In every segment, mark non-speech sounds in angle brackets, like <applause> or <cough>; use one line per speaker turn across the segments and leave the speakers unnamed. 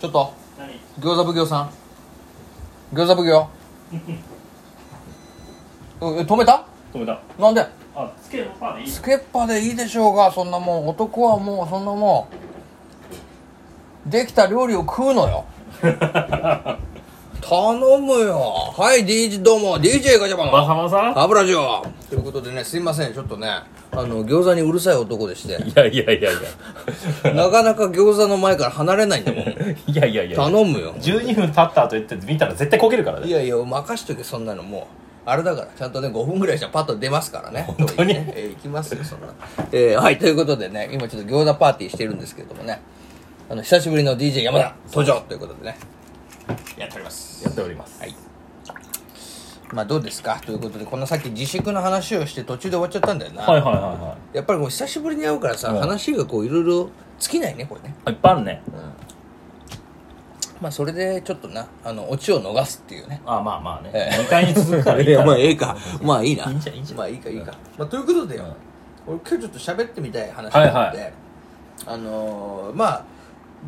ちょっと
何
餃子奉行さん餃子奉行 <laughs> うえ止めた
止めた
なんで
あつければパーでいい
スケッパーでいいでしょうがそんなもん男はもうそんなもんできた料理を食うのよ頼むよはい DJ どうも DJ ガチャバ
バ
の
サバサ
アブラジオということでねすいませんちょっとねあの餃子にうるさい男でして
いやいやいやい
なかなか餃子の前から離れないんだもん
やいやいやいや
頼むよ
12分経った後言って見たら絶対こけるから
い
ね
やいや任しとけそんなのもうあれだからちゃんとね5分ぐらいしたらパッと出ますからね
本当に
いねえー行きますよそんな、えーはいということでね今ちょっと餃子パーティーしてるんですけどもねあの久しぶりの DJ 山田登場ということでねやっております
やっております
はいまあどうですかということでこんなさっき自粛の話をして途中で終わっちゃったんだよな、
はいはいはいは
やっぱりもう久しぶりに会うからさ、
うん
話がこういろいろ尽きないねこれね
いあいっぱいあるね
まあそれでちょっとなあのオチを逃すっていうね
あまあまあね
ええ
2回に続くからい
い
<laughs> いか
やま
ら
あええかまあいいない
いんじゃんいいんじゃん
まあいいかいいか、まあ、ということでよ、俺今日ちょっと喋ってみたい話
はいはい
があって、あのーまあ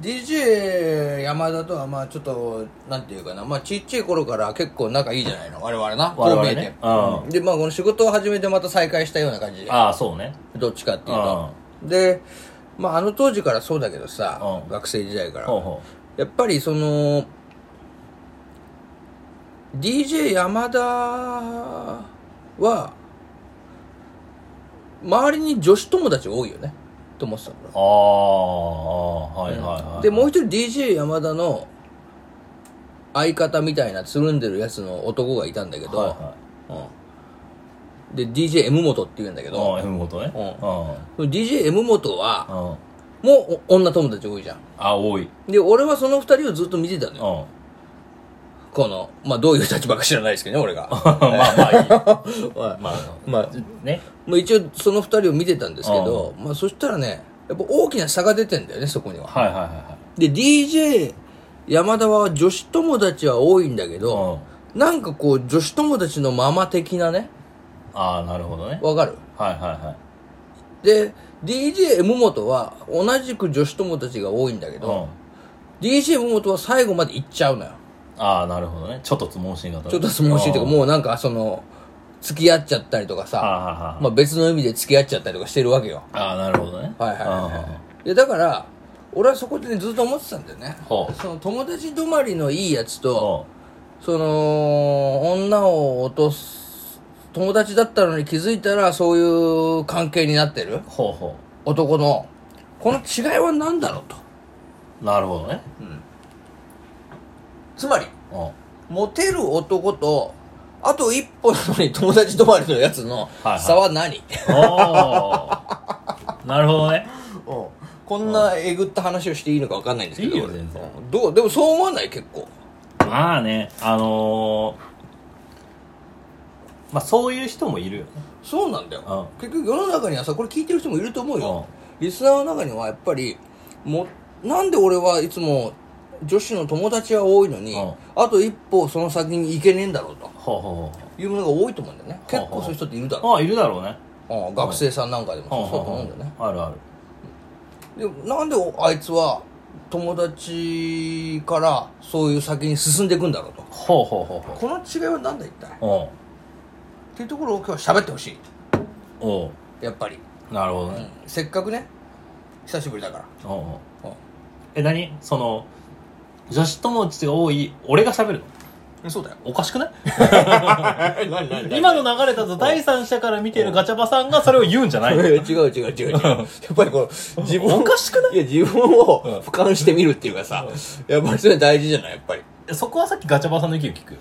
DJ 山田とはまあちょっとなんていうかなまあちっちゃい頃から結構仲いいじゃないの我々な
我々
こう見えて
ねうん
うんでまあこの仕事を始めてまた再会したような感じで
ああそうね
どっちかっていうとでまああの当時からそうだけどさ
うん
学生時代から
ほうほ
やっぱりその DJ 山田は周りに女子友達多いよねと思ってたの
うああはいはいはい
でもう一人 DJ 山田の相方みたいなつるんでるやつの男がいたんだけど、
はいは
うん、で DJM 元って言うんだけ
い
ど、
うん M 元ね
うん
う
DJM 元は
んうん
もうお女友達多いじゃん
あ多い
で俺はその二人をずっと見てたの
うん <laughs>
よこのまあどういう立場か知らないですけどね
<laughs>
俺が
まあまあいい
はい
まあ
まあ、
ね
まあ一応その二人を見てたんですけど、まあそしたらね、やっぱ大きな差が出てんだよね、そこには。
はいはいはいはい
で、DJ 山田は女子友達は多いんだけど、なんかこう女子友達のママ的なね、
ああなるほどね
わかる
はいはいはい
で、DJ M 元は同じく女子友達が多いんだけ
う
ど、
ん
DJ M 元は最後まで行っちゃうのよ。
ああなるほどねちょっとつ問診型
ちょっと相撲しいというか、
う
もうなんかその、付き合っちゃったりとか
は
さ、
あはあはあ
まあ別の意味で付き合っちゃったりとかしてるわけよ。
ああなるほどね
はいはいはいはい
あ
いやだから俺はそこでねずっと思ってたんだよね
ほう
その友達止まりのいいやつ
あ
と
ほ
その女を落とす友達だったのに気づいたらそういう関係になってる
うほ
男のこの違いは何だろうと
うなるほどね
つまり
うん
モテる男とあと一歩なのに友達止まりのやつの
はい
差は何、
おーなるほどね
うんこんなえぐった話をしていいのか分かんないんですけど
いいよ
俺
全然
うんどうでもそう思わない結構
まあねあのーまあそういう人もいるよね
そうなんだよ結局世の中にはさこれ聞いてる人もいると思うよ、リスナーの中にはやっぱりもうなんで俺はいつも女子の友達は多いのに、
うん
あと一歩その先に行けねえんだろうと
ほうほう
いうものが多いと思うんだよね
はあ
結構そういう人っているだろ
ほうああいるだろうね
う、うん学生さんなんかでもそ
ほ
ううだと思
ほ
う
うん
だよね
ほうあるある
でもなんであいつは友達からそういう先に進んでいくんだろうと
ほうほうほうほう
この違いは何だ一体っ
おう
ていうところを今日は喋ってほし
おう
いやっぱり、
なるほど
うん
ね、
せっかくね久しぶりだから、
おう
う
おう
ん
え何その女子友達が多い俺が喋るの
そうだよ。
おかしくない
何何
今の流れだと第三者から見てるガチャバさんがそれを言うんじゃない
違う
の
違う違う違う。やっぱりこう、自分を
おかしくない
いや、自分を俯瞰してみるっていうかさ、やっぱりそれ大事じゃないやっぱり。
そこはさっきガチャバさんの意見を聞く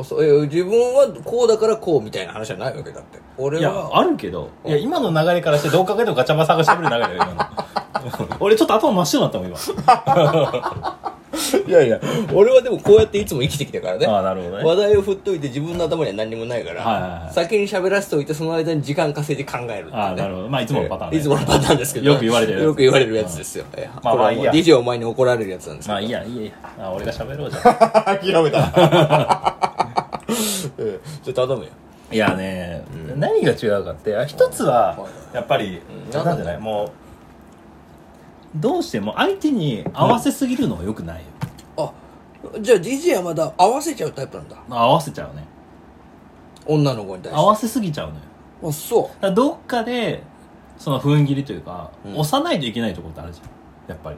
あそういや自分はこうだからこうみたいな話じゃないわけだって。俺
いや
は、
あるけどいや今の流れからしてどう考えてもガチャバさんが喋る流れだよ今
<laughs>
の俺ちょっと頭真っ白になったもん今
いやいや、俺はでもこうやっていつも生きてきたからね。
ああなるほどね
話題を振っといて自分の頭には何にもないから、
はいはいはい
先に喋らせておいてその間に時間稼いで考えるっていうね、
ああなるほどまあいつものパターン
え
ね
えいつものパターンですけど。
よく言われてるやつ
よく言われるやつですよ。ええ
まあ
これはもう
まあいい
DJ お前に怒られるやつなんですけど
まあいいやいいやいいやあ俺が喋ろうじゃ
諦め
<laughs>
た。うん、ちょっと頼むよ。
んいやね、何が違うかってあ一つは
はい
やっぱり
うん
なんじゃないもうどうしても相手に合わせすぎるのはよくないよ、
あじゃあ DJ はまだ合わせちゃうタイプなんだ
合わせちゃうね
女の子に対して
合わせすぎちゃうのよ
あそ
だからどっかでその踏ん切りというか、
うん
押さないといけないところってあるじゃんやっぱり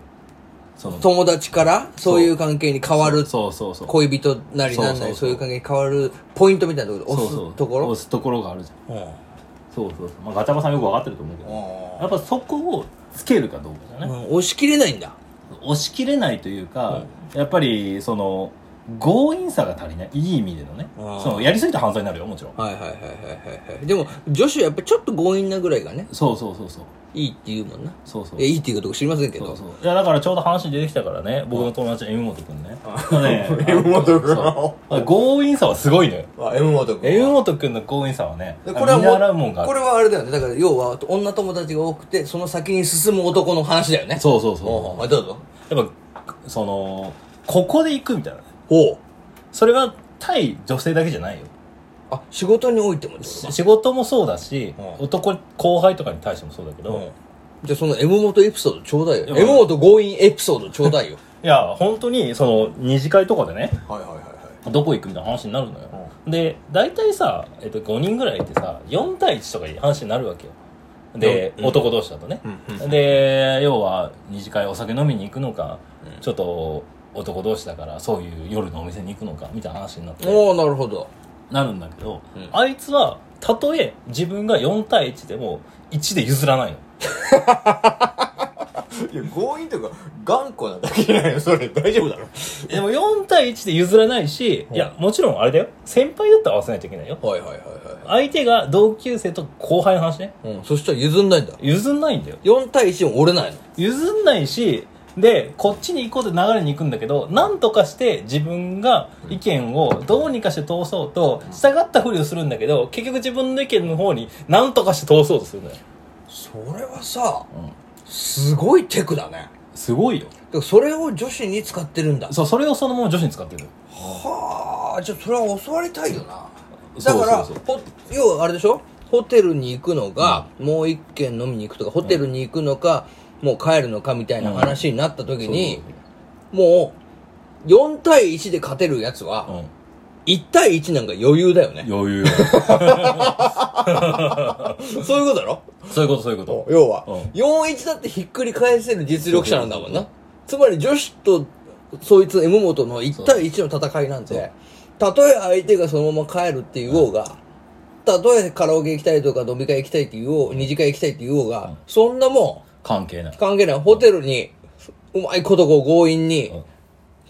その
う友達からそういう関係に変わる
そうそうそう
恋人なりなん
そ
な
うそ
り
う
そ
そう
ういう関係に変わるポイントみたいなところで
そう
押
そう
すところ
押すところがあるじゃん
うん
そうそうそう、まあ、ガチャバさんよく分かってると思うけどやっぱそこをつけるかどうかだ
う
ね、
ん押し切れないんだ
押し切れないというか、やっぱりその強引さが足りないいい意味でのね
あー
そのやりすぎたら犯罪になるよもちろん
はいはいはいはいはいはいでも女子はやっぱちょっと強引なぐらいがね
そうそうそうそう
いいって言うもんな
そうそう
いやいいっていうかどうか知りませんけど
そうそういやだからちょうど話に出てきたからね僕の友達の M 本君ねね
<laughs> M 本君
そう強引さはすごいのよ
あ M 元君
M 本君の強引さはね
でこれは
見習うもんがあ
こ
る
れはあれだよねだから要は女友達が多くてその先に進む男の話だよね
そうそう
おう
そ
あどうぞ
うやっぱそのここで行くみたいなね
ほう
それは対女性だけじゃないよ
あ仕事においてもってこと
し
か
仕事もそうだし、
うん
男後輩とかに対してもそうだけど、い
じゃあその M 元エピソードちょうだいよ
いや
M 元強引エピソードちょうだいよ
や本当にその二次会とかでね
はいはいはいはい
どこ行くみたいな話になるのよ、で大体さ、えっと、5人ぐらいいてさ4対1とかいう話になるわけよで、
うん
男同士だとね、
うん
で要は二次会お酒飲みに行くのか、ちょっと男同士だからそういう夜のお店に行くのかみたいな話になって
おおなるほど
なるんだけど、
うん
あいつはたとえ自分が4対1でも1で譲らないの
いや強引というか頑固なだけじゃないよそれ大丈夫だろ
でも4対1で譲らないし、
うん
いや、もちろんあれだよ。先輩だったら合わせないといけないよ。
はいはいはいは
相手が同級生と後輩の話ね。
い、うん、そしたら譲んないんだ
譲んないんだよ。
4対1も折れないの
譲んないし、で、こっちに行こうって流れに行くんだけど、なんとかして自分が意見をどうにかして通そうと、従ったふりをするんだけど、結局自分の意見の方になんとかして通そうとするんだよ。
それはさ
うん。
すごいテクだね
すごいよ。
だからそれを女子に使ってるんだ
そう、それをそのまま女子に使ってるのよ。
はあじゃあそれは教わりたいよな
そ
だ
うそうそう
からほ要はあれでしょホテルに行くのが、もう一軒飲みに行くとかホテルに行くのか、もう帰るのかみたいな話になった時に、もう4対1で勝てるやつ
そう
は、
うん。
1対1なんか余裕だよね
余裕よ。
そういうことだろ
<laughs> そういうこと、そういうこと。
要は、
うん
41だってひっくり返せる実力者なんだもんなつまり女子とそいつ M 元の1対1の戦いなんてたとえ相手がそのまま帰るって言おうが、たとえカラオケ行きたいとか飲み会行きたいって言おう二次会行きたいって言おうが、
うん
そんなも
関係ない
ん。関係ないホテルにうまいことこう強引に、
うん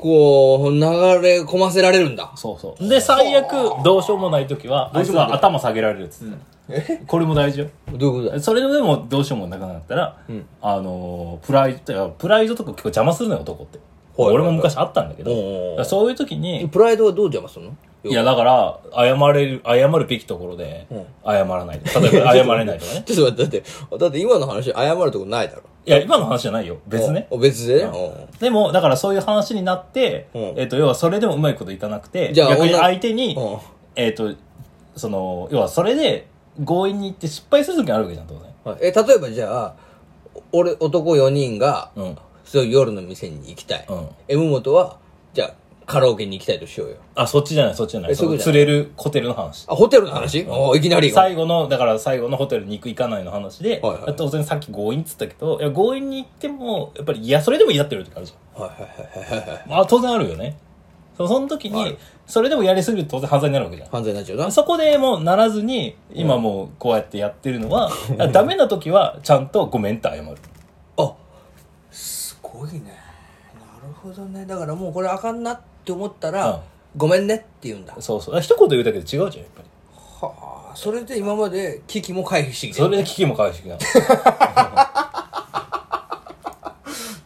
こう流れ込ませられるんだ
そうそう。で、最悪、どうしようもない時は、あいつは頭下げられるっつって
え
た。これも大事よ。
どういうことだ
それでもどうしようもなくなったら、
うん
あのープライドいや、プライドとか結構邪魔するのよ、男って。
はい
俺も昔あったんだけど、
おー
だからそういう時に、
プライドはどう邪魔するの
いや、だから、謝れる、謝るべきところで、謝らない。例えば、謝れない
<laughs>
とか
<laughs>
ね。
ちょっと待って、だって、だって今の話謝るとこないだろ。
いや、今の話じゃないよ。別ね。
お。お別でね、
でも、だからそういう話になって、
うん
えっと、要はそれでもうまいこといかなくて、
じゃあ
逆に
女
相手に、
うん
えっと、その、要はそれで強引に行って失敗する時あるわけじゃん、当然。
うんえ、例えばじゃあ、お俺、男4人が、
うん。
そういう夜の店に行きたい。
うん
M 元は、じゃあ、カラオケに行きたいとしようよ。
あ、そっちじゃない、そっちじゃな
え
い。そ
そうい
の
うこと
釣れるホテルの話。
あ、ホテルの話、おいきなり。
最後の、だから最後のホテルに行く行かないの話で、
はいはい
当然さっき強引っつったけど、いや、強引に行っても、やっぱり、いや、それでも嫌ってる時あるじ
はいはいはいはいはい。
ゃん。あ、当然あるよね。そその時
は
に
い、
それでもやりすぎると当然犯罪になるわけじゃん。
犯罪になっちゃうな。
そこでもうならずに、今もうこうやってやってるのは、ダメな時はちゃんとごめんって謝る。
あ、すごいね。なるほどね。だからもうこれあかんなって思ったら、
うん
ごめんねって言うんだ。
そうそう。一言言うだけで違うじゃん、やっぱり。
はあ、それで今まで危機も回避してきてる
それで危機も回復なる。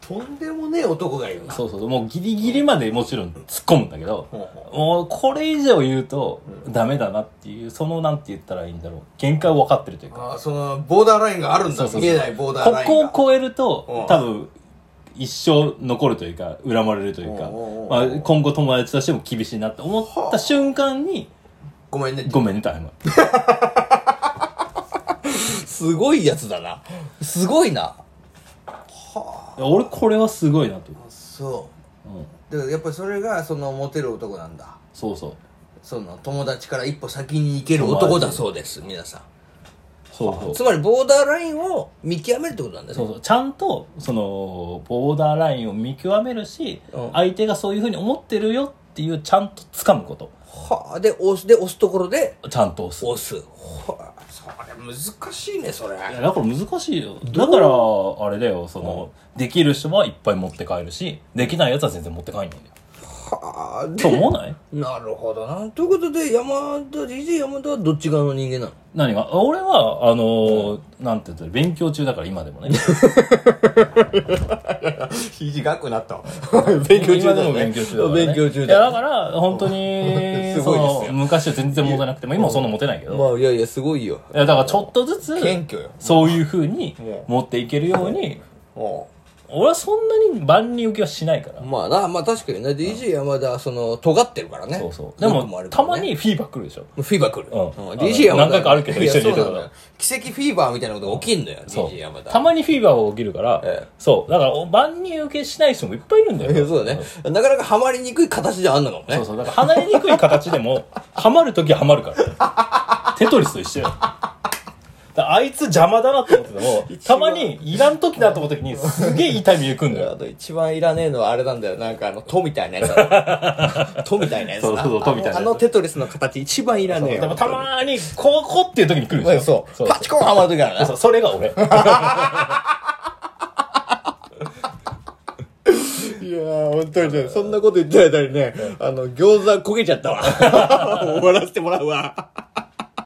とんでもねえ男がいるな。
そうそう。もうギリギリまでもちろん突っ込むんだけど、
ほう
もうこれ以上言うとダメだなっていう、そのなんて言ったらいいんだろう。限界を分かってるというか。
あーそのボーダーラインがあるんだ
そうそうそう
見えないボーダーラインが
ここを超える
うん
と、多分、一生残るというか、恨まれるというか
おうおうおう、
まあ、今後友達としても厳しいなって思った瞬間に、
ごめんね
ごめんねって謝る。
すごいやつだなすごいなはあ
や俺これはすごいなと、
そ
う
うだ
ん、
からやっぱりそれがそのモテる男なんだ
そうそう
その友達から一歩先に行ける男だそうです皆さん
そうそう
つまりボーダーラインを見極めるってことなんだ
そう
よ
そうちゃんとそのボーダーラインを見極めるし、
うん
相手がそういうふうに思ってるよっていうちゃんと掴むこと
はあで押すで押すところで
ちゃんと押す
押すはあそれ難しいねそれ
いやだから難しいよだからあれだよその、できる人はいっぱい持って帰るしできないやつは全然持って帰んないんだよ
はあで
そう思わない
なるほどなということで山田 DJ 山田はどっち側の人間なの
<laughs> 何が俺はあのーなんて言ったら勉強中だから今でもね
肘がくなった勉
今でも <laughs> 勉強中だから、ね、
勉強中
いやだ
だ
から本 <laughs> 当に
すごいですよ
その昔は全然持たなくても今はそんな持てないけど、い
まあいやいやすごいよ
やだからちょっとずつ
謙虚よ
そういうふうに
もう
持っていけるように
お
俺はそんなに万人受けはしないから、
まあなまあ確かにね DJ 山田はその尖ってるからね
そうそうでも
僕あるか
た
らね
まにフィーバー来るでしょ
フィーバー来る。
う
う
ん
ん DJ 山田。
何回かあるけど
いや
一緒にいる
そうな
とこ
んだよ奇跡フィーバーみたいなことが起きんのよ、
そう
DJ 山田。
たまにフィーバーが起きるから、
ええ
そうだからお万人受けしない人もいっぱいいるんだ
いや <laughs>
よ
そうだね。なかなかハマりにくい形ではあんのかもね。
そうそうだから離れにくい形でも <laughs> ハマる時はハマるからテトリスと一緒よだからあいつ邪魔だなと思っててもたまにいらん時だと思う時にすげえ痛みにくんだよ
あと一番いらねえのはあれなんだよ。なんかあの、とみたいなやつだ
<laughs>
な。とみたいなやつだな。
そうそうそうとみたいなやつ
あのあのテトリスの形一番いらねえ
でも
よ。
たまにここっていう時に来るでしょ
そう
そ
そうう。パチコンハマるときからな。
そうそれが俺
いやー、本当にね、
<laughs>
そんなこと言ってたりね、あの、餃子焦げちゃったわ。終わらせてもらうわ。